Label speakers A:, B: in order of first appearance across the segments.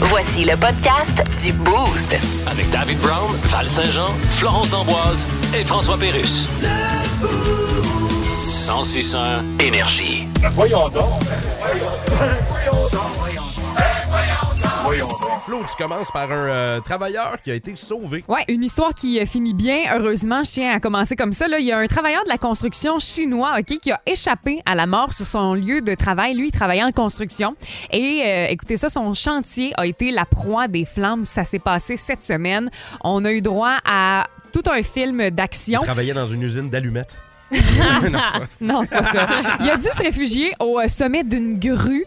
A: Voici le podcast du Boost.
B: Avec David Brown, Val Saint-Jean, Florence D'Amboise et François Pérus. 106 énergie.
C: Voyons donc.
D: Flo, tu commences par un euh, travailleur qui a été sauvé.
E: Ouais, une histoire qui euh, finit bien. Heureusement, je tiens à commencer comme ça. Là. Il y a un travailleur de la construction chinois ok, qui a échappé à la mort sur son lieu de travail. Lui, il travaillait en construction. Et euh, écoutez ça, son chantier a été la proie des flammes. Ça s'est passé cette semaine. On a eu droit à tout un film d'action.
D: Il travaillait dans une usine d'allumettes.
E: Non, c'est pas ça. Il a dû se réfugier au euh, sommet d'une grue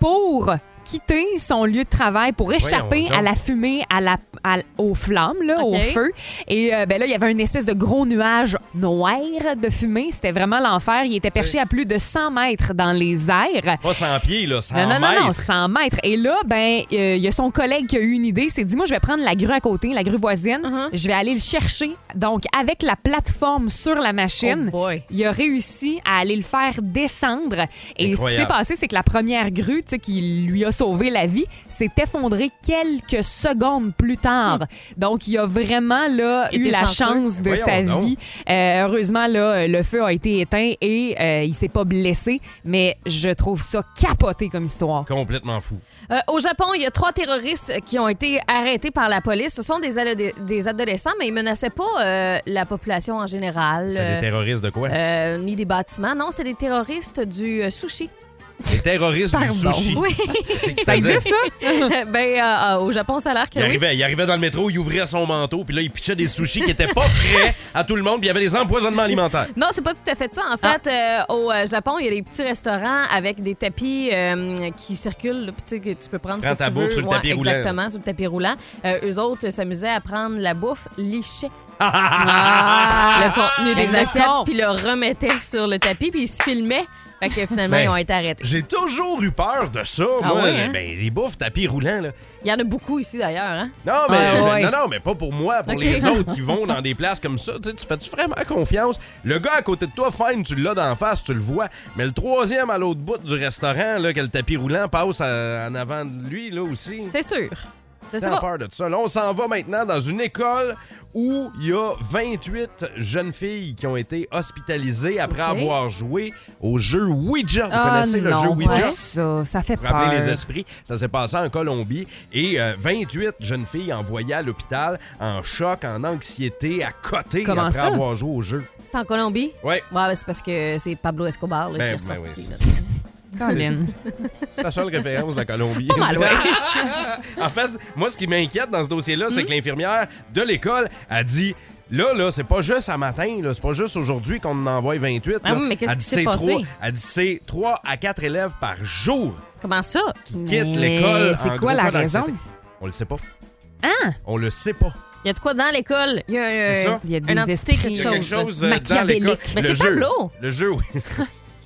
E: pour quitter son lieu de travail pour échapper
D: Voyons donc.
E: à la fumée, à la, à- aux flammes, là,
F: OK.
E: au feu. Et euh, ben là, il y avait une espèce de gros nuage noir de fumée. C'était vraiment l'enfer. Il était perché à plus de 100 mètres dans les airs.
D: Pas 100 pieds, là, 100
E: Non, non, non, non,
D: mètres.
E: 100 mètres. Et là, ben, euh, il y a son collègue qui a eu une idée. C'est dit, moi, je vais prendre la grue à côté, la grue voisine.
F: Uh-huh.
E: Je vais aller le chercher. Donc, avec la plateforme sur la machine,
F: Oh boy.
E: il a réussi à aller le faire descendre. Et ce qui
D: Incroyable.
E: s'est passé, c'est que la première grue tu sais, qui lui a sauvé la vie s'est effondrée quelques secondes plus tard. Donc, il a vraiment là,
F: Hmm. Il
E: eu
F: était
E: la
F: chanceux.
E: chance de
D: Voyons
E: sa
D: donc.
E: vie. Euh, heureusement, là, le feu a été éteint et euh, il s'est pas blessé. Mais je trouve ça capoté comme histoire.
D: Complètement fou.
F: Euh, au Japon, il y a trois terroristes qui ont été arrêtés par la police. Ce sont des, ado- des adolescents, mais ils menaçaient pas euh, la population en général,
D: C'était
F: euh,
D: des terroristes de quoi?
F: euh, ni des bâtiments. Non, c'est des terroristes du euh, sushi.
D: Des terroristes du
E: pardon.
D: sushi.
F: Oui,
D: Qu'est-ce qu'ils
E: Ça
D: faisaient?
E: existe, ça?
F: ben euh, euh, au Japon, ça a l'air que
D: Il
F: oui.
D: arrivait, il arrivait dans le métro, il ouvrait son manteau, puis là, il pitchait des sushis qui étaient pas frais à tout le monde, puis il y avait des empoisonnements alimentaires.
F: Non, c'est pas tout à fait ça. En fait, euh, au euh, Japon, il y a des petits restaurants avec des tapis euh, qui circulent. là, puis tu sais que tu peux prendre ce
D: Prends
F: que
D: ta
F: tu
D: bouffe
F: veux.
D: sur le
F: Ouais,
D: tapis roulant.
F: Exactement, sur le tapis roulant. Euh, eux autres euh, s'amusaient à prendre la bouffe lichée.
E: Ah!
F: le contenu des
E: Exact.
F: assiettes, Ah, puis le remettaient sur le tapis, puis ils se filmaient. Fait que finalement,
D: Ben.
F: ils ont été arrêtés.
D: J'ai toujours eu peur de ça,
F: Ah
D: moi.
F: ouais, hein?
D: ben, les bouffes tapis roulants, là.
F: Il y en a beaucoup ici d'ailleurs. Hein?
D: Non, mais,
E: Ouais,
D: je-
E: ouais.
D: non, non, mais pas pour moi, pour
F: Ok.
D: les autres qui vont dans des places comme ça. Tu sais, tu fais-tu vraiment confiance? Le gars à côté de toi, fine, tu l'as d'en face, tu le vois. Mais le troisième à l'autre bout du restaurant, là, que le tapis roulant passe à- en avant de lui, là aussi.
F: C'est sûr. Je sais
D: J'ai
F: pas.
D: peur de ça. Là, on s'en va maintenant dans une école où il y a 28 jeunes filles qui ont été hospitalisées après
F: Ok.
D: avoir joué au jeu Ouija. Vous
E: Ah
D: connaissez le
E: non,
D: jeu Ouija?
E: pas ça, ça fait
D: Pour rappeler les
E: peur.
D: esprits, ça s'est passé en Colombie et euh, 28 jeunes filles envoyées à l'hôpital en choc, en anxiété, à côté
E: Comment
D: après
E: ça?
D: avoir joué au jeu.
F: C'est en Colombie?
D: Ouais,
F: Ouais, ben, c'est parce que c'est Pablo Escobar là,
D: Ben,
F: qui est
D: ben
F: ressorti.
D: oui.
F: là.
E: Colin.
D: c'est la seule référence de la Colombie.
E: mal, ouais.
D: en fait, moi, ce qui m'inquiète dans ce dossier-là,
E: Hmm.
D: c'est que l'infirmière de l'école a dit. Là, là, c'est pas juste à matin, là, c'est pas juste aujourd'hui qu'on en envoie 28.
F: Ah
E: Ben
D: là.
F: oui, mais qu'est-ce
D: Elle
F: qui
D: dit,
F: s'est
D: c'est
F: passé?
D: trois- Elle dit c'est 3 à 4 élèves par jour
F: Comment ça?
D: qui quittent
E: Mais
D: l'école.
E: c'est quoi
D: en gros
E: la
D: cas d'anxiété.
E: raison?
D: On le sait pas.
E: Hein?
D: On le sait pas.
F: Il y a de quoi dans l'école? Il y a, euh,
D: C'est ça.
E: Il y a des
F: une entité,
E: esprits.
F: quelque
D: Il y a
F: chose.
D: quelque chose euh, dans
E: machiavélique.
D: l'école.
F: Mais
D: Le
F: c'est
D: jeu.
F: Pablo.
D: Le jeu, oui.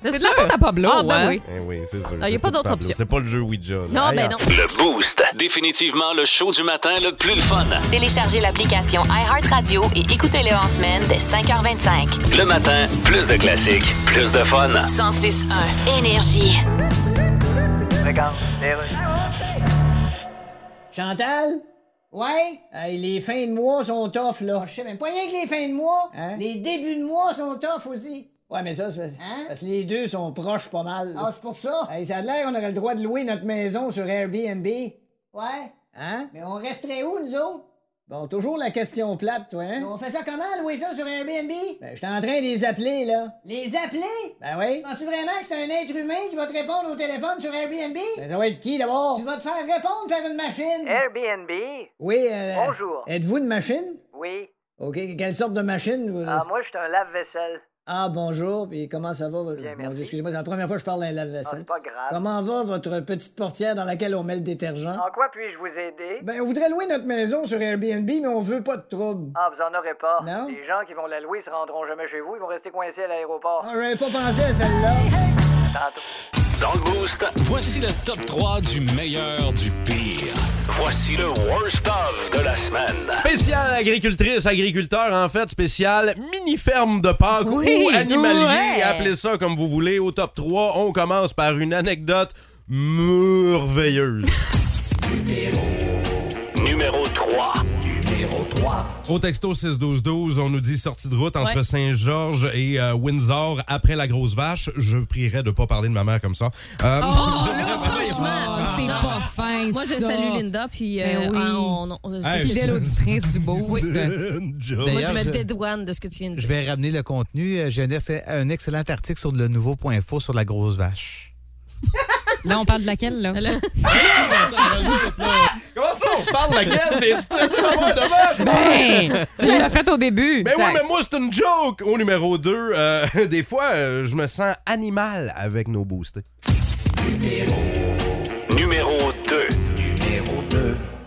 E: C'est de la faute à Pablo,
F: Ah, ben
E: hein?
F: oui.
D: Eh oui, c'est sûr.
F: Ah, y a
D: C'est
F: pas
D: tout
F: d'autre
D: Pablo.
F: option.
D: C'est pas le jeu Ouija. là.
F: Non,
D: Aïe,
F: ben
D: ah.
F: non.
B: Le Boost. Définitivement le show du matin le plus le fun.
A: Téléchargez l'application iHeartRadio et écoutez-le en semaine dès 5h25.
B: Le matin, plus de classiques, plus de fun.
A: 106.1 Énergie.
G: Chantal? Ouais? les fins de mois sont tough, là. je sais même pas rien que les fins de mois. Les débuts de mois sont tough aussi. Ouais, mais ça, c'est parce- parce que les deux sont proches pas mal. Ah, c'est pour ça? ça a l'air qu'on aurait le droit de louer notre maison sur Airbnb. Ouais. Hein? Mais on resterait où, nous autres? Bon, toujours la question plate, toi, hein? On fait ça comment, louer ça sur Airbnb? Ben, j'étais en train de les appeler, là. Les appeler? Ben oui. Penses-tu vraiment que c'est un être humain qui va te répondre au téléphone sur Airbnb? Ben, ça va être qui, d'abord? Tu vas te faire répondre par une machine.
H: Airbnb?
G: Oui, euh,
H: Bonjour.
G: Êtes-vous une machine?
H: Oui.
G: OK, quelle sorte de machine? vous-
H: Ah, moi, je suis un lave-vaisselle.
G: Ah, bonjour, puis comment ça va? Mon
H: merci.
G: Dieu, Excusez-moi, c'est la première fois que je parle à un
H: Ah,
G: lave-vaisselle.
H: c'est pas grave. Ah,
G: comment va votre petite portière dans laquelle on met le détergent?
H: En quoi puis-je vous aider?
G: Ben, on voudrait louer notre maison sur Airbnb, mais on veut pas de trouble.
H: Ah, vous en aurez pas.
G: Non.
H: Les gens qui vont la louer se rendront jamais chez vous. Ils vont rester coincés à l'aéroport.
G: On n'avait pas pensé à celle-là.
H: Tantôt.
B: Dans le Boost, voici le top 3 du meilleur du pire. Voici le worst of de la semaine.
D: Spécial agricultrice, agriculteur, en fait, spécial mini-ferme de Pâques ou animalier,
F: ouais.
D: appelez ça comme vous voulez. Au top 3, on commence par une anecdote merveilleuse.
B: Numéro 3.
D: Au texto 6-12-12, on nous dit sortie de route entre
F: Ouais.
D: Saint-Georges et euh, Windsor après la grosse vache. Je prierais de pas parler de ma mère comme ça. Euh,
F: là,
E: Ah, c'est
F: franchement, non.
E: pas fin,
F: Moi, je
E: ça.
F: salue Linda, puis euh,
E: Ben oui.
F: ah, on- on-
D: Hey,
F: je-
E: Fidèle auditrice du beau.
D: Une
F: moi,
D: joke.
F: je
C: D'ailleurs,
F: me
C: je-
F: dédouane de ce que tu viens de
C: Je
F: dire.
C: vais ramener le contenu. Euh, J'ai un, ex- un excellent article sur le nouveau point info sur la grosse vache.
E: Là, on parle de laquelle, là?
D: Comment ça, on parle la gueule? T'es-tu traité ma mère de vache?
E: Ben, tu l'as fait au début.
D: Ben oui, mais moi, c'est une joke! Au numéro 2, des fois, euh, je me sens animal avec nos boostés.
B: Numéro 2.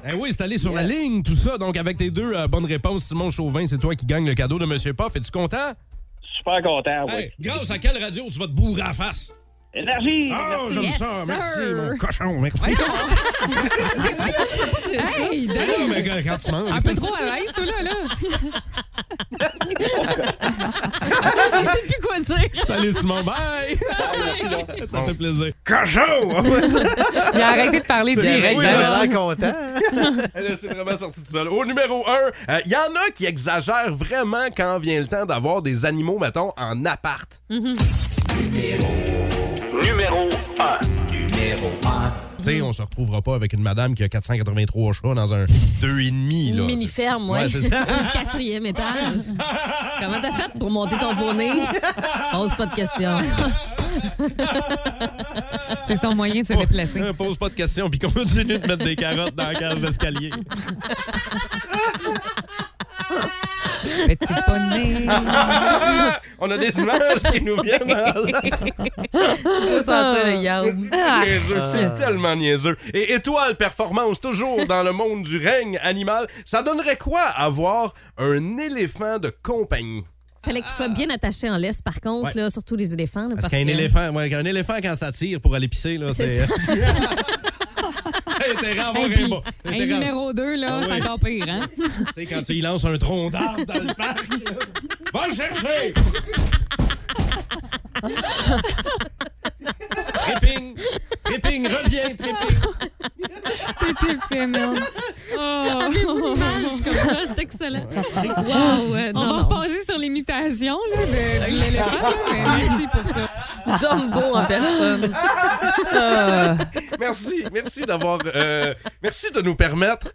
D: Eh oui, c'est allé sur la ligne, tout ça. Donc, avec tes deux euh, bonnes réponses, Simon Chauvin, c'est toi qui gagne le cadeau de Monsieur Poff. Es-tu content?
I: Super content, oui.
D: Hey, grâce à quelle radio tu vas te bourrer à la face?
I: Énergie!
D: Oh, j'aime
E: Yes,
D: ça.
E: sir.
D: Merci, mon cochon. Merci.
E: Hey, Dan,
D: Ben Non, mais quand- quand tu manges.
E: un peu trop à l'aise, toi, là, là.
F: sais plus quoi dire.
D: Salut, Simon. Bye. ça fait plaisir. Cochon!
E: Il a arrêté de parler direct.
D: oui,
C: Ben,
E: alors.
D: oui.
C: je suis content.
D: Eh Là, c'est vraiment sorti tout seul. Au numéro 1, il y en a qui exagèrent vraiment quand vient le temps d'avoir des animaux, mettons, en appart.
B: Numéro 1.
D: Tu sais, on se retrouvera pas avec une madame qui a 483 chats dans un 2,5.
F: Une
D: là.
F: mini-ferme, ouais.
D: Ouais, c'est ça.
F: Au quatrième étage. Comment t'as fait pour monter ton bonnet? Pose pas de questions.
E: C'est son moyen de se déplacer.
D: Euh, Pose pas de questions, puis continue de mettre des carottes dans la cage d'escalier.
E: Petit poney.
D: Ah, on a des images qui nous viennent.
F: Faut sentir le yard.
E: Ah,
D: Niaiseux, c'est tellement niaiseux. Et étoile performance, toujours dans le monde du règne animal, ça donnerait quoi avoir un éléphant de compagnie?
F: Fallait qu'il soit bien attaché en laisse, par contre,
D: Ouais.
F: là, surtout les éléphants. là, parce que-
D: ouais, un éléphant quand ça tire pour aller pisser, là,
F: C'est ça.
D: Hey, t'es rare,
E: Hey,
D: voir
E: puis,
D: un bas.
E: un
D: T'es rare.
E: numéro 2, là,
D: Ah
E: c'est
D: oui.
E: encore pire, hein?
D: Tu sais, quand tu y lances un tronc d'arbre dans le parc, là. va le chercher! Tripping! Tripping, reviens, Tripping!
E: Petit féminin. Oh.
F: L'image comme ça, c'est excellent. Wow, ouais,
E: On va
F: non, non.
E: reposer sur l'imitation là, de, de l'éléphant, là, mais merci pour ça.
F: Dumbo en personne. Ah.
D: Merci, merci d'avoir. euh, merci de nous permettre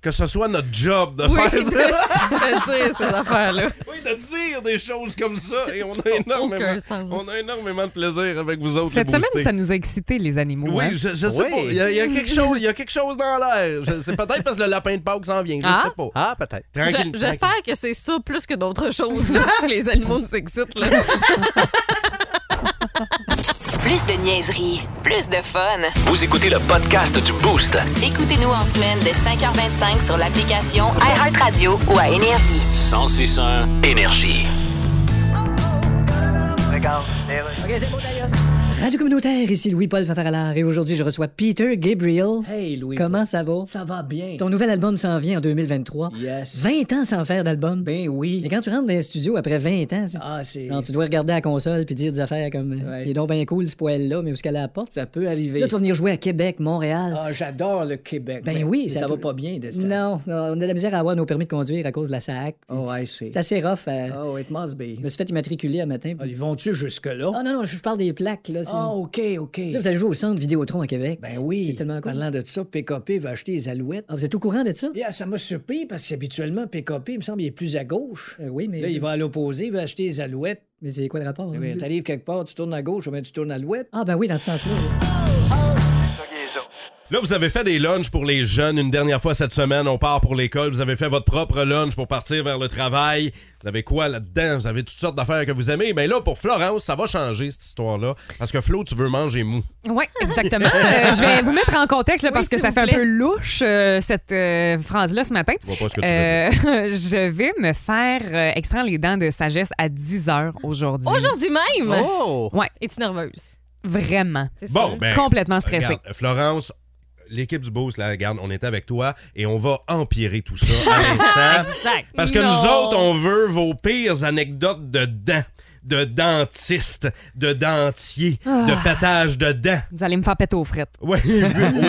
D: que ce soit notre job de
F: Oui,
D: faire ça.
F: de dire ces affaires-là.
D: Oui, de dire des choses comme ça. Et on a
F: Aucun
D: énormément,
F: sens.
D: on a énormément de plaisir avec vous autres.
E: Cette
D: les
E: semaine,
D: boostés.
E: ça nous a excités, les animaux. hein?
D: Oui, je, je sais
C: Oui.
D: pas. Il y, a- il y a quelque chose, il y a quelque chose dans l'air. Je- C'est peut-être parce que le lapin de Pâques s'en vient. Je
E: Ah.
D: sais pas.
C: Ah, peut-être.
D: Tranquille,
F: Je- J'espère que c'est ça plus que d'autres choses, là, si les animaux nous excitent. Là.
A: Plus de niaiserie, plus de fun.
B: Vous écoutez le podcast du Boost.
A: Écoutez-nous en semaine de 5h25 sur l'application iHeartRadio ou à Énergie.
B: 1061 Énergie.
G: OK, c'est bon, d'ailleurs.
J: Radio Communautaire, ici Louis-Paul Fafaralard et aujourd'hui je reçois Peter Gabriel.
G: Hey, Louis.
J: Oh. Comment ça va?
G: Ça va bien.
J: Ton nouvel album s'en vient en 2023.
G: Yes.
J: 20 ans sans faire d'album.
G: Ben
J: Et
G: oui.
J: quand tu rentres dans un studio après 20 ans, c'est-
G: Ah, c'est...
J: genre, tu dois regarder à la console puis dire des affaires comme euh,
G: Ouais.
J: Il est donc bien cool ce poêle-là, mais où est-ce qu'elle apporte?
G: Ça peut arriver.
J: Là, tu vas venir jouer à Québec, Montréal.
G: Ah, j'adore le Québec.
J: Ben
G: mais-
J: oui,
G: mais
J: ça
G: ça, va
J: te-
G: pas bien, Destin.
J: non, on a de la misère à avoir nos permis de conduire à cause de la SAC. puis
G: Oh, I see.
J: C'est assez rough. euh,
G: Oh, it must be.
J: Je me suis fait immatriculer un matin.
G: Ah,
J: puis-
G: ils vont-tu jusque-là?
J: Ah non, non, je parle des plaques. Là, c'est-
G: Ah, OK, OK.
J: là vous allez jouer au centre Vidéotron à Québec.
G: Ben oui.
J: C'est tellement cool.
G: Parlant de ça, PKP va acheter les alouettes.
J: Ah, vous êtes au courant de ça?
G: Yeah, ça m'a surpris parce qu'habituellement, PKP, il me semble, il est plus à gauche.
J: Euh, oui, mais.
G: Là, il va à l'opposé, il va acheter les alouettes.
J: Mais c'est quoi le rapport?
G: Eh
J: hein?
G: bien, T'arrives quelque part, tu tournes à gauche, ou bien tu tournes à l'ouette.
J: Ah, ben oui, dans ce sens-là.
D: Là, vous avez fait des lunchs pour les jeunes une dernière fois cette semaine. On part pour l'école. Vous avez fait votre propre lunch pour partir vers le travail. Vous avez quoi là-dedans? Vous avez toutes sortes d'affaires que vous aimez. Mais là, pour Florence, ça va changer cette histoire-là. Parce que Flo, tu veux manger mou.
E: Oui, hein? exactement. Euh, je vais vous mettre en contexte là, parce que ça fait un peu louche, euh, cette euh, phrase-là ce matin.
D: Je vois pas ce que tu veux dire.
E: Euh, je vais me faire euh, extraire les dents de sagesse à 10 heures aujourd'hui.
F: Aujourd'hui même,
C: Oh!
F: es-tu nerveuse?
E: Vraiment.
F: C'est
D: Bon,
F: ça.
D: ben,
E: Complètement stressée.
D: regarde, Florence, l'équipe du Beauce, la regarde, on est avec toi et on va empirer tout ça à l'instant.
E: Exact.
D: Parce que nous autres, on veut vos pires anecdotes de dents. de dentiste, de dentier,
E: Ah.
D: de pétage de dents.
E: Vous allez me faire péter aux frettes.
D: Ouais, ou,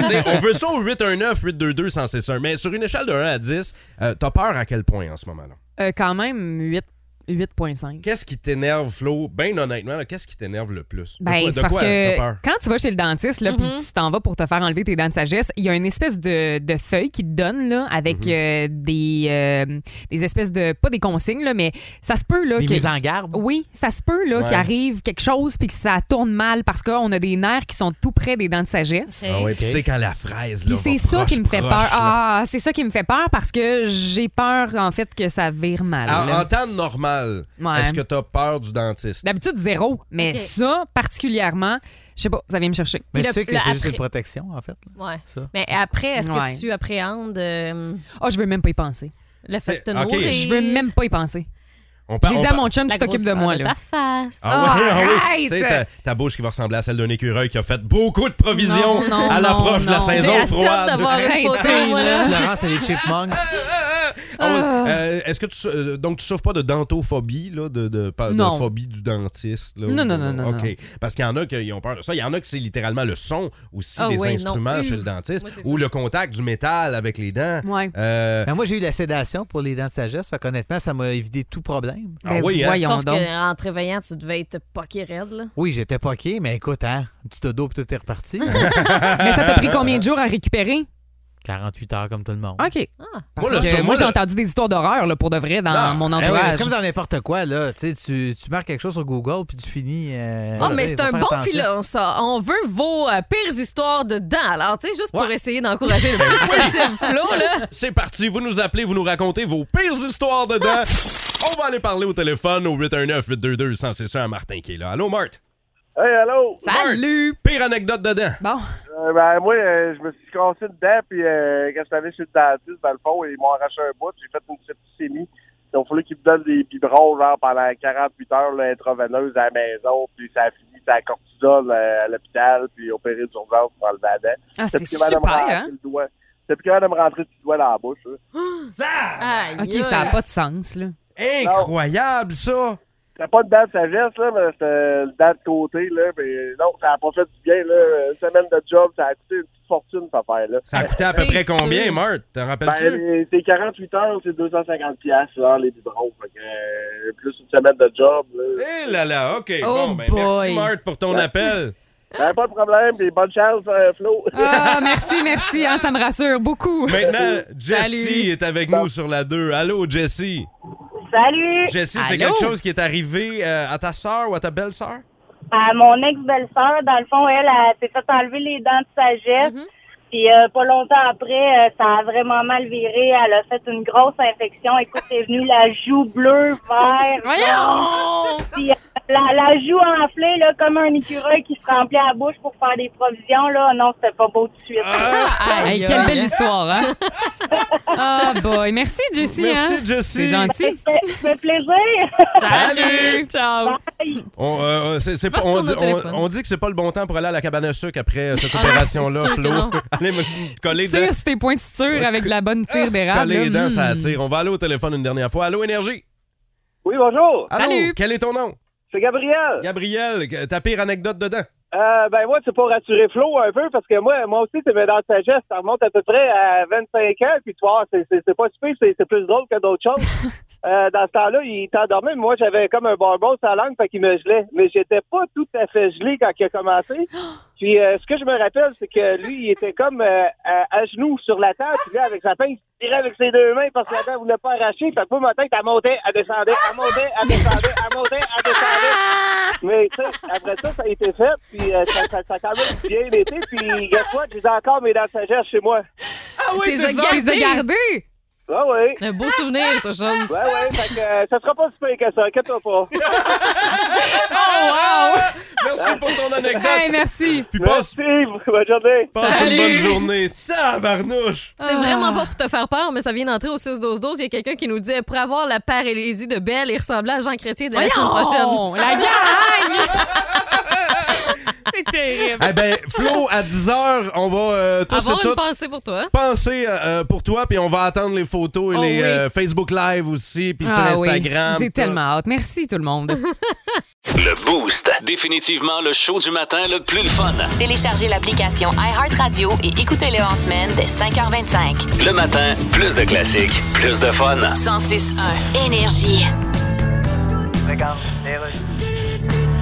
D: tu sais, on veut ça au 819-822 sans cesseur. Mais sur une échelle de 1 à 10, euh, t'as peur à quel point en ce moment-là?
E: Euh, quand même, 8, 8.5.
D: Qu'est-ce qui t'énerve, Flo? Ben honnêtement, là, qu'est-ce qui t'énerve le plus? De
E: Ben,
D: quoi-
E: c'est
D: de
E: parce
D: quoi
E: que
D: t'as peur?
E: quand tu vas chez le dentiste, là, puis
F: Mhm.
E: tu t'en vas pour te faire enlever tes dents de sagesse, il y a une espèce de, de feuille qui te donne, là, avec
D: Mm-hmm.
E: euh, des, euh, des espèces de. pas des consignes, là, mais ça se peut, là.
C: Des
E: que-
C: mises en garde.
E: Oui, ça se peut là
D: Ouais.
E: qu'il arrive quelque chose puis que ça tourne mal parce qu'on a des nerfs qui sont tout près des dents de sagesse.
D: Ah ouais, puis tu sais, quand la fraise, là,
E: Puis c'est
D: va
E: ça qui
D: proche,
E: me fait
D: proche,
E: peur.
D: là.
E: Ah, c'est ça qui me fait peur parce que j'ai peur en fait que ça vire mal.
D: En-
E: là.
D: en temps normal,
E: Ouais. Ben,
D: est-ce que t'as peur du dentiste?
E: D'habitude zéro, mais
F: Ok.
E: ça particulièrement, je sais pas, ça vient me chercher.
F: Puis
C: Mais tu
F: le-
C: sais que
F: le
C: c'est juste
F: après-
C: une protection, en fait. là,
F: Ouais.
C: ça.
F: Mais après, est-ce que
E: Ouais.
F: tu appréhendes euh,
E: Ah, je veux même pas y penser.
F: le fait de te
D: Ok.
F: nourrir?
E: Je veux même pas y penser.
D: On par-
E: J'ai
D: Ben, on
E: dit à
D: par-
E: mon chum, tu
F: la
E: t'occupes de moi
F: grosseur
E: là.
F: ta face.
D: Ah ouais,
E: Ah,
D: ah ouais.
E: arrête!
D: Tu sais, ta, ta bouche qui va ressembler à celle d'un écureuil qui a fait beaucoup de provisions
E: Non, non,
D: à l'approche
E: non,
D: de la
E: non.
F: J'ai
D: saison
F: la
D: froide.
F: sorte d'avoir une
E: Arrête,
F: photo, moi, là.
C: Florence et les chipmunks.
D: Ah ouais. Euh, Est-ce que tu sou- euh, donc tu souffres pas de dentophobie là, de, de, pa- de
E: Non.
D: phobie du dentiste là,
E: Non,
D: ou-
E: non, non, non,
D: Ok.
E: non.
D: Parce qu'il y en a qui ont peur de ça. Il y en a que c'est littéralement le son aussi
F: Ah
D: des
F: ouais, non.
D: instruments
F: Hum.
D: chez le dentiste
F: Moi, c'est
D: ou
F: ça.
D: le contact du métal avec les dents.
E: Ouais.
D: Euh,
C: Ben, moi, j'ai eu la sédation pour les dents de sagesse. Fait qu'honnêtement, ça m'a évité tout problème.
D: ah
E: Ben,
D: oui, hein?
E: voyons.
F: Sauf
E: donc.
F: qu'en te réveillant, tu devais être poqué raide, là.
D: Eh,
C: Oui, j'étais poqué, mais écoute, hein, un petit dodo puis tout est reparti.
E: Mais ça t'a pris combien de jours à récupérer
C: 48 heures comme tout le monde.
E: OK. Parce
D: Moi, le-
E: que
D: moi,
E: moi j'ai
D: le-
E: entendu des histoires d'horreur là, pour de vrai dans
D: Ah,
E: mon
C: Eh oui,
E: entourage.
C: c'est comme dans n'importe quoi, là. Tu, sais, tu, tu marques quelque chose sur Google puis tu finis. euh,
F: Ah,
C: tu
F: mais
C: sais,
F: c'est
C: faut
F: un
C: faire
F: bon
C: attention.
F: filon, ça. On veut vos euh, pires histoires dedans. Alors, tu sais, juste pour essayer d'encourager le plus possible Flo, là.
D: C'est parti, vous nous appelez, vous nous racontez vos pires histoires dedans. On va aller parler au téléphone au 819-822-161 à Martin qui est là. Allô, Marthe?
I: Hey, allô?
E: Salut. Ah,
D: Pire anecdote dedans.
E: Bon,
I: Euh, ben, moi, euh, je me suis cassé une dent, puis euh, quand je suis allé chez le dentiste, dans le fond, ils m'ont arraché un bout, j'ai fait une septicémie. Donc, il fallait qu'ils me donnent des biberons, genre, pendant 48 heures, là, intraveineuse à la maison, puis ça a fini, c'est la cortisone euh, à l'hôpital, puis opéré d'urgence pour enlever la dent.
E: ah,
I: J'étais
E: c'est
I: plus capable de
E: super
I: me rentrer
E: hein.
I: le doigt. J'étais plus capable de me rentrer du doigt dans la bouche. là.
F: Aïe,
E: OK,
F: aïe.
E: ça n'a pas de sens là.
D: Incroyable, ça!
I: C'était pas de dent de sagesse, là, mais c'était le dent de côté, là. Mais non, ça a pas fait du bien, là. Une semaine de job, ça a coûté une petite fortune, cette affaire-là.
D: Ça a coûté à peu
F: C'est
D: près combien,
F: sûr.
D: Marthe? T'en rappelles-tu?
I: Euh, Ben, les- c'est 48 heures, c'est 250 piastres, là, les biberons. Fait que, euh, plus une semaine de job, là.
D: Eh là là, OK.
E: Oh
D: bon, ben, merci,
E: boy.
D: Marthe, pour ton appel.
I: Ben, pas de problème, puis bonne chance, euh, Flo.
E: Ah, merci, merci, hein, ça me rassure beaucoup.
D: Maintenant, Jessie
E: Salut.
D: est avec nous sur la 2. Allô, Jessie.
K: Salut
D: Jessie, c'est
E: Allô?
D: quelque chose qui est arrivé euh, à ta sœur ou à ta belle-sœur?
K: à mon ex-belle-sœur. Dans le fond, elle, elle s'est fait enlever les dents de sagesse. Puis euh, pas longtemps après, euh, ça a vraiment mal viré. Elle a fait une grosse infection. Écoute, c'est venu la joue bleue, vert.
E: Voyons!
K: Puis euh, la, la joue enflée, là, comme un écureuil qui se remplit la bouche pour faire des provisions. Là, non, c'était pas beau tout de
D: Ah.
K: suite.
E: Hey,
F: Aïe,
E: quelle
F: aïe.
E: belle histoire, hein? Ah, boy. Merci, Jessie,
D: merci,
E: hein? C'est
D: Jessie.
E: gentil.
I: Ben,
K: Ça fait
D: Ah,
K: plaisir.
E: Salut! Ciao!
D: On, euh, c'est- c'est pas-
F: Retourne
D: on
F: au
D: dit- on-
F: téléphone.
D: on dit que c'est pas le bon temps pour aller à la cabane à sucre après
E: Ah,
D: euh, cette opération-là,
F: c'est sûr que
D: Flo.
F: non.
D: Allez me coller dedans.
E: Tire sur tes points de suture avec de la bonne tire d'érable.
D: Coller les
E: là.
D: dents, ça
E: Hmm.
D: attire. On va aller au téléphone une dernière fois. Allô, Énergie.
I: Oui, bonjour.
D: Allô,
E: Salut.
D: quel est ton nom?
I: C'est Gabriel.
D: Gabriel, que- ta pire anecdote dedans.
I: Euh, ben, moi, c'est pour rassurer Flo un peu, parce que moi, moi aussi, c'est mes dents de sagesse. Ça remonte à peu près à 25 ans, puis tu vois, c'est, c'est, c'est pas super, c'est, c'est plus drôle que d'autres choses. Euh, dans ce temps-là, il était endormi, mais moi, j'avais comme un barbon sur la langue, fait qu'il me gelait. Mais j'étais pas tout à fait gelé quand il a commencé. Puis, euh, ce que je me rappelle, c'est que lui, il était comme euh, à, à genoux sur la table, puis là, avec sa pince, il tirait avec ses deux mains parce que la table voulait pas arracher. Fait que moi, ma tête, elle montait, elle descendait, elle montait, elle descendait, elle montait, elle descendait. Mais tu sais, après ça, ça a été fait, puis euh, ça, ça, ça a quand même bien été, puis guess what, j'ai encore mes dents de sagesse chez moi.
D: Ah
F: T'es
D: t'es
F: un
D: ça.
F: gars.
E: T'es gardé!
I: Ah oui,
F: Un beau souvenir, toi, chose.
I: ouais, ouais, fait que euh, ça sera pas si pire que ça, inquiète-toi pas.
E: Oh, wow!
D: Merci pour ton anecdote.
E: Hey, merci!
D: Puis passe,
I: Merci, bonne journée.
D: passe une
E: Salut.
D: bonne journée. Tabarnouche!
F: C'est vraiment pas pour te faire peur, mais ça vient d'entrer au 6-12-12. Il y a quelqu'un qui nous dit pour avoir la paralysie de Belle, il ressemblait à Jean Chrétien de la semaine prochaine.
E: Voyons, La gang! C'est terrible.
D: Eh ben, Flo, à 10h, on va euh, tous
F: Avoir
D: et
F: une
D: toutes
F: pensée pour toi.
D: penser euh, euh, pour toi, puis on va attendre les photos et
E: Oh
D: les
E: oui.
D: euh, Facebook Live aussi, puis
E: Ah
D: sur
E: oui,
D: Instagram.
E: J'ai
D: tout.
E: tellement hâte. Merci tout le monde.
B: Le Boost. Définitivement le show du matin le plus le fun.
A: Téléchargez l'application iHeartRadio et écoutez-le en semaine dès 5h25.
B: Le matin, plus de classiques, plus de fun.
A: 106.1 Énergie.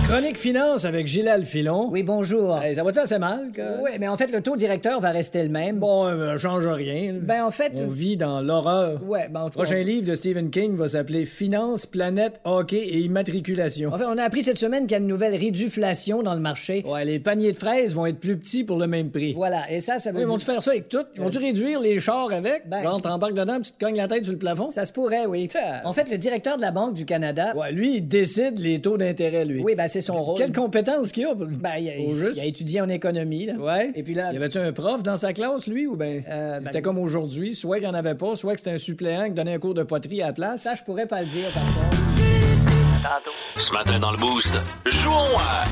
G: Chronique finance avec Gilal Filon. Oui, bonjour. ça va-tu assez mal? Oui, mais en fait, le taux directeur va rester le même. Bon, euh, change rien. Ben, en fait. On vit dans l'horreur. Ouais, ben, en tout Prochain livre de Stephen King va s'appeler Finance, Planète, Hockey et Immatriculation. En fait, on a appris cette semaine qu'il y a une nouvelle réduflation dans le marché. Ouais, les paniers de fraises vont être plus petits pour le même prix. Voilà, et ça, ça veut Euh, Ils vont-tu faire ça avec tout? Ils vont-tu réduire les chars avec? Genre, t'embarques dedans, puis tu te cognes la tête sur le plafond? Ça se pourrait, oui. En fait, le directeur de la Banque du Canada. Ouais, lui, il décide les taux d'intérêt, lui. Oui, ben, c'est son rôle. Quelle compétence qu'il a? Ben, il a, il a étudié en économie, là. Ouais. Et puis là. Y avait-tu un prof dans sa classe, lui, ou ben. c'était comme aujourd'hui, soit qu'il n'y en avait pas, soit que c'était un suppléant qui donnait un cours de poterie à la place. Ça, je pourrais pas le dire, par contre.
B: Ce matin dans le Boost, jouons à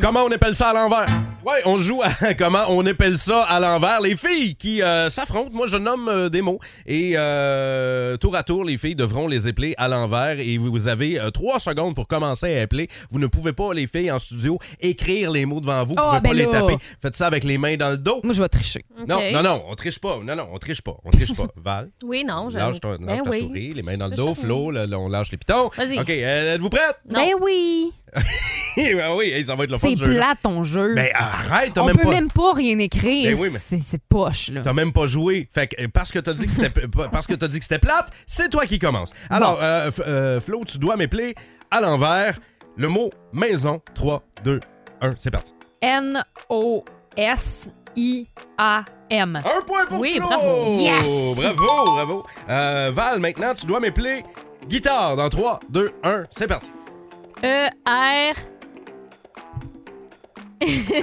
D: Comment on appelle ça à l'envers? Ouais, on joue à comment on appelle ça à l'envers. Les filles qui euh, s'affrontent, moi je nomme euh, des mots et euh, tour à tour, les filles devront les appeler à l'envers et vous vous avez euh, trois secondes pour commencer à appeler. Vous ne pouvez pas, les filles en studio, écrire les mots devant vous. Vous
E: Oh,
D: pouvez
E: ben
D: pas les
E: là.
D: taper. Faites ça avec les mains dans le dos.
E: Moi, je vais tricher.
D: Non,
F: Ok.
D: non, non, on triche pas. Non, non, on triche pas. On triche pas. Val.
F: Oui, non, je.
D: Lâche, ton- lâche
F: Ben
D: ta
F: oui.
D: souris, les mains dans le
F: Je
D: dos,
F: sais.
D: Flo, là, là, on lâche les pitons.
F: Vas-y.
D: OK, euh, êtes-vous prête?
F: Non.
E: Ben oui.
D: Ah oui, hey, ça va être le fun
E: C'est
D: de jeu.
E: plat
D: là.
E: ton jeu.
D: Ben arrête, t'as
E: On
D: même
E: peut
D: pas...
E: même pas rien écrire.
D: Ben oui, mais-
E: C'est c'est poche, là.
D: T'as même pas joué. Fait que euh, parce que t'as dit que c'était p- p- parce que t'as dit que c'était plate, c'est toi qui commence. Alors euh, F- euh, Flo, tu dois m'épeler à l'envers le mot maison 3 2 1, c'est parti.
E: N-O-S-I-A-M.
D: Un point pour
E: Oui,
D: Flo.
E: bravo. Yes!
D: Bravo, bravo. Euh, Val, maintenant tu dois m'épeler guitare dans 3 2 1, c'est parti.
F: E-R.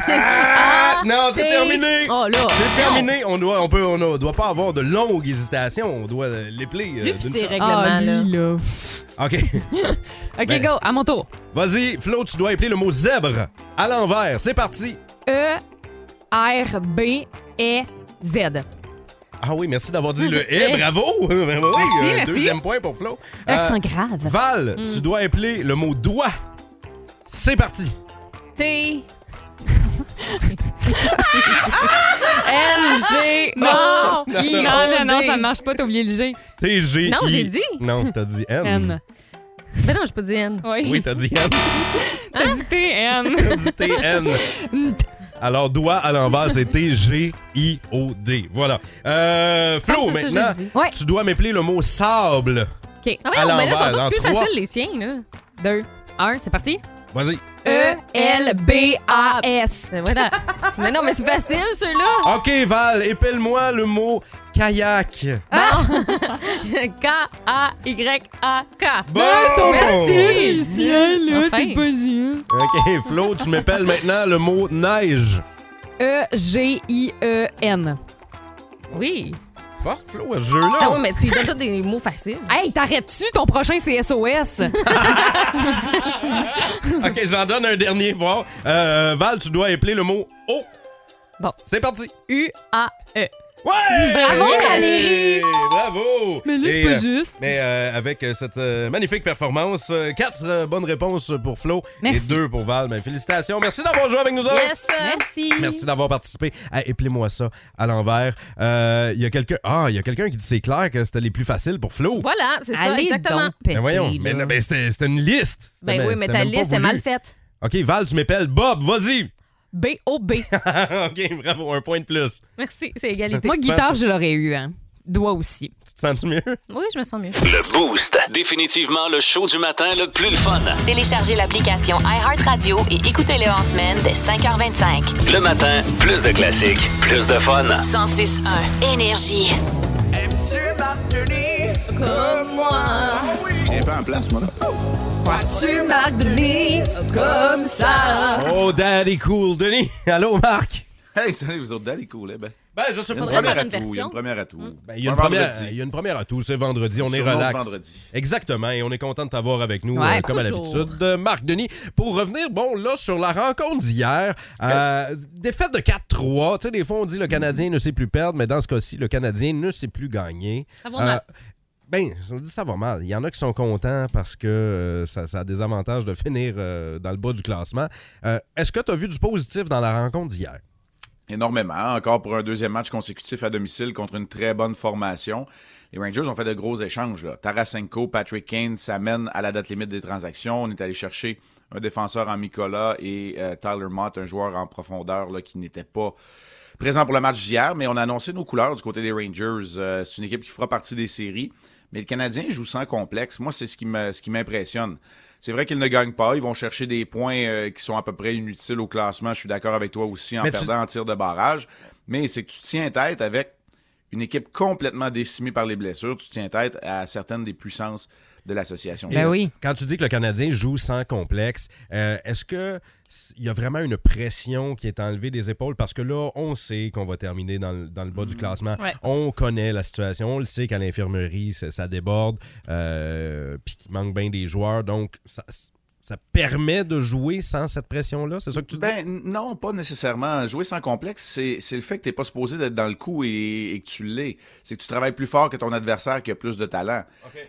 D: Ah, non, c'est
F: T-
D: terminé.
F: Oh là.
D: C'est terminé, on doit on peut on ne doit pas avoir de longues hésitations, on doit euh, l'épeler euh,
F: Lui,
D: d'une
F: pis ses
D: shot.
F: règlements,
E: Ah,
F: là.
E: lui, là.
D: OK.
E: OK,
D: Ben-
E: go, à mon tour.
D: Vas-y, Flo, tu dois épeler le mot zèbre à l'envers. C'est parti.
E: E-R-B-E-Z.
D: Ah oui, merci d'avoir dit le Eh, bravo! Ben oui,
E: Merci,
D: euh,
E: merci.
D: Deuxième point pour Flo. Euh,
E: Accent Hmm. grave.
D: Val, tu dois appeler le mot doigt. C'est parti.
F: T.
E: N-G. Non!
D: I-
E: Non, non, non, ça ne marche pas, t'as oublié le G.
D: TG.
F: Non, j'ai dit.
D: Non, t'as dit N.
E: N.
F: Ben non, j'ai pas dit N.
E: Oui.
D: Hmm. Oui, t'as dit N.
E: T'as dit T-N.
D: T'as dit TN. Alors, doigt à l'envers, c'est T-G-I-O-D. Voilà. Euh, Flo,
F: Ah, c'est ça, j'ai
D: maintenant,
F: dit.
E: Ouais.
D: tu dois m'appeler le mot sable.
E: OK.
F: Ah
D: À
F: ouais, non, mais là, ils
D: l'envers,
F: sont
D: dans
F: tous plus
D: trois.
F: faciles, les siens, là.
E: 2, 1, c'est parti. E
D: Vas-y.
E: E-L-B-A-S.
F: Ben voilà. mais non, mais c'est facile, ceux-là.
D: OK, Val, épelle-moi le mot kayak.
F: Ah, K-A-Y-A-K.
D: Bon!
E: ciel,
F: là, Enfin. c'est pas
E: juste.
D: OK, Flo, tu m'appelles maintenant le mot neige.
E: E E-G-I-E-N.
F: Oui.
D: Fort, Flo, à ce jeu-là.
F: Ah ouais, mais tu lui donnes tous des mots faciles.
E: Hey, t'arrêtes-tu? Ton prochain, c'est SOS.
D: OK, j'en donne un dernier, voir. Euh, Val, tu dois appeler le mot eau.
F: Bon.
D: C'est parti.
F: U-A-E.
D: Ouais!
F: Bravo,
D: Yeah!
F: Valérie!
D: Bravo! Et, euh,
E: juste.
D: mais euh, avec euh, cette euh, magnifique performance, euh, quatre euh, bonnes réponses pour Flo
E: Merci.
D: et deux pour Val. Ben, félicitations. Merci d'avoir joué avec nous autres.
F: Yes.
E: Merci.
D: Merci d'avoir participé à Épelez-moi ça à l'envers. Euh, Il y a quelqu'un ah, il y a quelqu'un qui dit c'est clair que c'était les plus faciles pour Flo.
F: Voilà, c'est ça,
E: Allez
F: exactement.
E: donc péter,
D: Ben voyons,
E: là.
D: mais non, ben c'était c'était une liste. C'était
F: Ben
D: même-
F: oui, mais
D: c'était
F: ta
D: même pas
F: liste est
D: voulu.
F: mal faite.
D: OK, Val, tu m'appelles Bob, vas-y.
E: B-O-B.
D: OK, bravo, un point de plus.
F: Merci, c'est égalité.
E: Moi,
D: Tu te
E: guitare,
D: sens-
E: je l'aurais eu, hein. Doigt aussi.
D: Tu te sens mieux?
F: Oui, je me sens mieux.
B: Le Boost. Définitivement le show du matin le plus le fun.
A: Téléchargez l'application iHeartRadio et écoutez-le en semaine dès 5h25.
B: Le matin, plus de classiques, plus de fun.
A: 106.1 Énergie.
F: Comme moi,
E: Tu marques de
F: comme ça.
D: Oh, Daddy Cool, Denis. Allô, Marc.
L: Hey, salut, vous autres, d'aller cool, eh ben.
D: Ben, je sais
L: Il y a
D: pas.
L: une première à tout. Il y a une première à tout.
D: Ben, il y a
L: Un
D: une première,
L: vendredi.
D: il y a une première à tout, c'est vendredi, on est
L: Sûrement
D: relax.
L: vendredi.
D: Exactement, et on est content de t'avoir avec nous,
L: Ouais,
D: euh, comme à
L: toujours.
D: l'habitude. Euh, Marc Denis, pour revenir, bon, là, sur la rencontre d'hier, euh, défaite de 4-3. Tu sais, des fois, on dit le Canadien ne sait plus perdre, mais dans ce cas-ci, le Canadien ne sait plus gagner.
M: Ça va mal.
D: Ben, on dit ça va mal. Il y en a qui sont contents parce que euh, ça, ça a des avantages de finir euh, dans le bas du classement. Euh, Est-ce que tu as vu du positif dans la rencontre d'hier?
L: Énormément. hein. Encore pour un deuxième match consécutif à domicile contre une très bonne formation. Les Rangers ont fait de gros échanges. Là. Tarasenko, Patrick Kane s'amènent à la date limite des transactions. On est allé chercher un défenseur en Nicolas et euh, Tyler Mott, un joueur en profondeur là, qui n'était pas présent pour le match d'hier, mais on a annoncé nos couleurs du côté des Rangers. Euh, c'est une équipe qui fera partie des séries. Mais le Canadien joue sans complexe. Moi, c'est ce qui me- ce qui m'impressionne. C'est vrai qu'ils ne gagnent pas. Ils vont chercher des points euh, qui sont à peu près inutiles au classement. Je suis d'accord avec toi aussi en
D: Mais tu-
L: perdant en tir de barrage. Mais c'est que tu tiens tête avec une équipe complètement décimée par les blessures. Tu tiens tête à certaines des puissances de l'association.
E: Ben
D: Et Quand tu dis que le Canadien joue sans complexe, euh, est-ce que s- il y a vraiment une pression qui est enlevée des épaules parce que là, on sait qu'on va terminer dans le, dans le
L: Mm-hmm.
D: bas du classement.
M: Ouais.
D: On connaît la situation. On le sait qu'à l'infirmerie, ça, ça déborde. euh, Puis qu'il manque bien des joueurs. Donc, ça, ça permet de jouer sans cette pression-là. C'est ça que tu dis?
L: Ben, non, pas nécessairement. Jouer sans complexe, c'est c'est le fait que tu n'es pas supposé d'être dans le coup et, et que tu l'es. C'est que tu travailles plus fort que ton adversaire qui a plus de talent.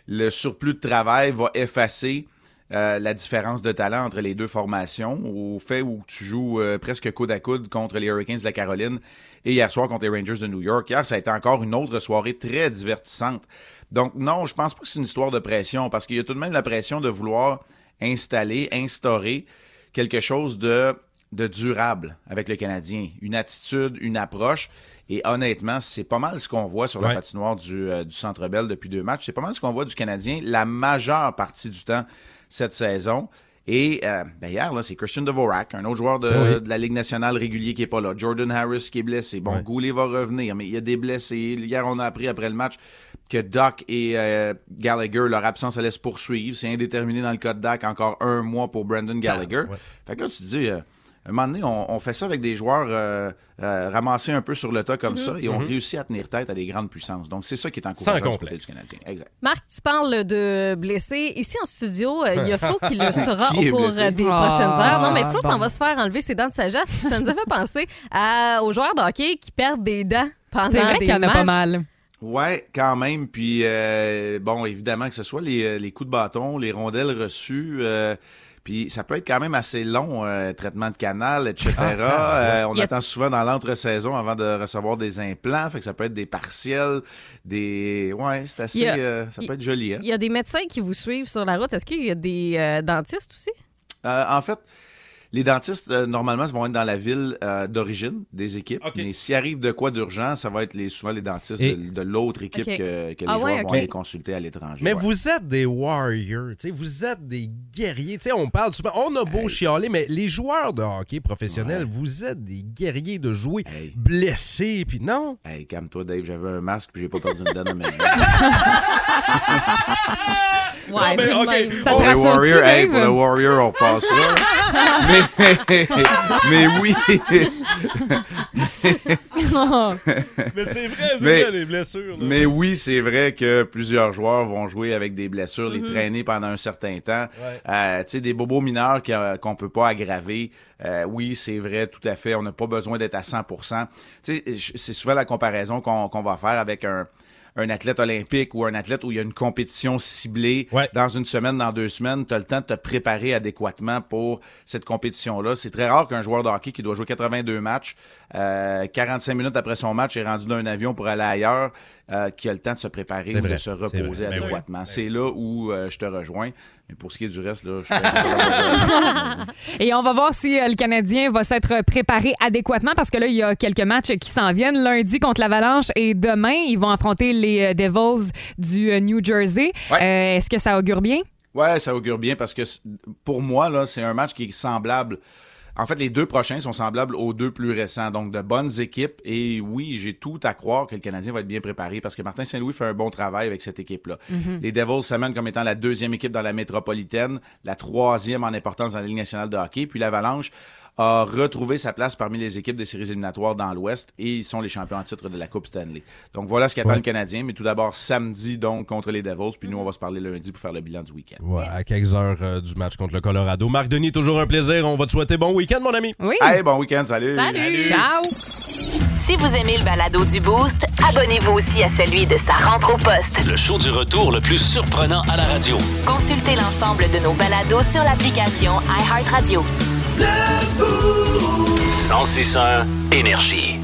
L: Le surplus de travail va effacer euh, la différence de talent entre les deux formations au fait où tu joues euh, presque coude à coude contre les Hurricanes de la Caroline et hier soir contre les Rangers de New York. Hier, ça a été encore une autre soirée très divertissante. Donc non, je pense pas que c'est une histoire de pression parce qu'il y a tout de même la pression de vouloir installer, instaurer quelque chose de, de durable avec le Canadien. Une attitude, une approche. Et honnêtement, c'est pas mal ce qu'on voit sur
D: Ouais.
L: la patinoire du, euh, du Centre Bell depuis deux matchs. C'est pas mal ce qu'on voit du Canadien la majeure partie du temps cette saison. Et euh, ben hier, là, c'est Christian Dvorak, un autre joueur de,
D: Oui.
L: de la Ligue nationale régulier qui n'est pas là. Jordan Harris qui est blessé. Bon,
D: Ouais.
L: Goulet va revenir, mais il y a des blessés. Hier, on a appris après le match que Doc et euh, Gallagher, leur absence allait se poursuivre. C'est indéterminé dans le cas de Doc, encore un mois pour Brandon Gallagher. Fait que là, tu te dis, euh, un moment donné, on, on fait ça avec des joueurs euh, euh, ramassés un peu sur le tas comme ça et on
D: Mhm.
L: réussit à tenir tête à des grandes puissances. Donc, c'est ça qui est
D: Sans
L: encourageant du côté
D: complexe.
L: du Canadien. Exact.
F: Marc, tu parles de blessés. Ici, en studio, euh, il y a Flo qui le sera
L: Qui est
F: au cours
L: blessé?
F: euh, des
L: Ah,
F: prochaines heures. Non, mais Flo
L: bon.
F: s'en va se faire enlever ses dents de sagesse. Ça nous a fait penser à- aux joueurs de hockey qui perdent des dents pendant des
E: C'est vrai qu'il y en a pas
F: matchs.
E: mal.
L: Ouais, quand même. Puis, euh, bon, évidemment, que ce soit les, euh, les coups de bâton, les rondelles reçues, euh, puis ça peut être quand même assez long, euh, traitement de canal, etc.
D: Ah,
L: Euh, on
D: Y a-
L: attend souvent dans l'entre-saison avant de recevoir des implants, fait que ça peut être des partiels, des... Ouais, c'est assez...
F: Y a-
L: euh, ça
F: y-
L: peut être joli, hein?
F: Il y a des médecins qui vous suivent sur la route. Est-ce qu'il y a des euh, dentistes aussi?
L: Euh, en fait, les dentistes, euh, normalement, vont être dans la ville euh, d'origine des équipes. Mais s'il arrive de quoi d'urgent, ça va être les, souvent les dentistes
D: Et-
L: de, de l'autre équipe
D: Ok.
L: que, que
D: Ah
L: les joueurs
D: ouais,
L: vont
D: ok.
L: aller consulter à l'étranger.
D: Mais
L: ouais.
D: vous êtes des warriors, tu sais, vous êtes des guerriers. Tu sais, on parle souvent, on a beau chialer, mais les joueurs de hockey professionnels, vous êtes des guerriers de jouer blessés, puis non.
L: Hey, calme-toi, Dave, j'avais un masque puis j'ai pas perdu une dent de ma vie.
F: Ouais,
D: mais
F: tout de
D: ok.
F: même.
E: Ça
L: Pour
E: te
L: les
E: rassure-tu,
L: Warriors, hey,
E: Dave?
L: pour les Warriors, on passe là. mais, mais oui.
D: Mais c'est vrai, c'est
L: Mais-
D: vrai, les blessures. là.
L: Mais oui, c'est vrai que plusieurs joueurs vont jouer avec des blessures, les
D: Mhm.
L: traîner pendant un certain temps.
D: Ouais.
L: Euh, tu sais, des bobos mineurs qui, euh, qu'on peut pas aggraver. Euh, oui, c'est vrai, tout à fait. On n'a pas besoin d'être à 100 Tu sais, je- c'est souvent la comparaison qu'on qu'on va faire avec un un athlète olympique ou un athlète où il y a une compétition ciblée dans une semaine, dans deux semaines, tu as le temps de te préparer adéquatement pour cette compétition-là. C'est très rare qu'un joueur de hockey qui doit jouer 82 matchs, euh, 45 minutes après son match, est rendu d'un avion pour aller ailleurs, euh, qui a le temps de se préparer
D: C'est
L: ou
D: vrai,
L: de se
D: c'est
L: reposer
D: vrai. Ben oui.
L: adéquatement. C'est là où euh, je te rejoins. Mais pour ce qui est du reste, là, je suis
E: Et on va voir si euh, le Canadien va s'être préparé adéquatement parce que là, il y a quelques matchs qui s'en viennent. Lundi contre l'Avalanche et demain, ils vont affronter les euh, Devils du euh, New Jersey. Euh, Est-ce que ça augure bien?
L: Ouais, ça augure bien parce que c- pour moi, là, c'est un match qui est semblable. En fait, les deux prochains sont semblables aux deux plus récents. Donc, de bonnes équipes. Et oui, j'ai tout à croire que le Canadien va être bien préparé parce que Martin Saint-Louis fait un bon travail avec cette équipe-là.
D: Mhm.
L: Les Devils s'amènent comme étant la deuxième équipe dans la métropolitaine, la troisième en importance dans la Ligue nationale de hockey. Puis l'Avalanche a retrouvé sa place parmi les équipes des séries éliminatoires dans l'Ouest et ils sont les champions en titre de la Coupe Stanley. Donc voilà ce qu'attend
M: Ouais.
L: le Canadien, mais tout d'abord samedi donc contre les Devils, puis nous on va se parler lundi pour faire le bilan du week-end.
D: Ouais, à quelques heures euh, du match contre le Colorado. Marc Denis, toujours un plaisir. On va te souhaiter bon week-end, mon ami.
E: Oui.
L: Hey, bon week-end,
A: Salut. Ciao. Si vous aimez le balado du Boost, abonnez-vous aussi à celui de sa rentre au poste.
B: Le show du retour le plus surprenant à la radio.
A: Consultez l'ensemble de nos balados sur l'application iHeartRadio.
B: 1061 Énergie.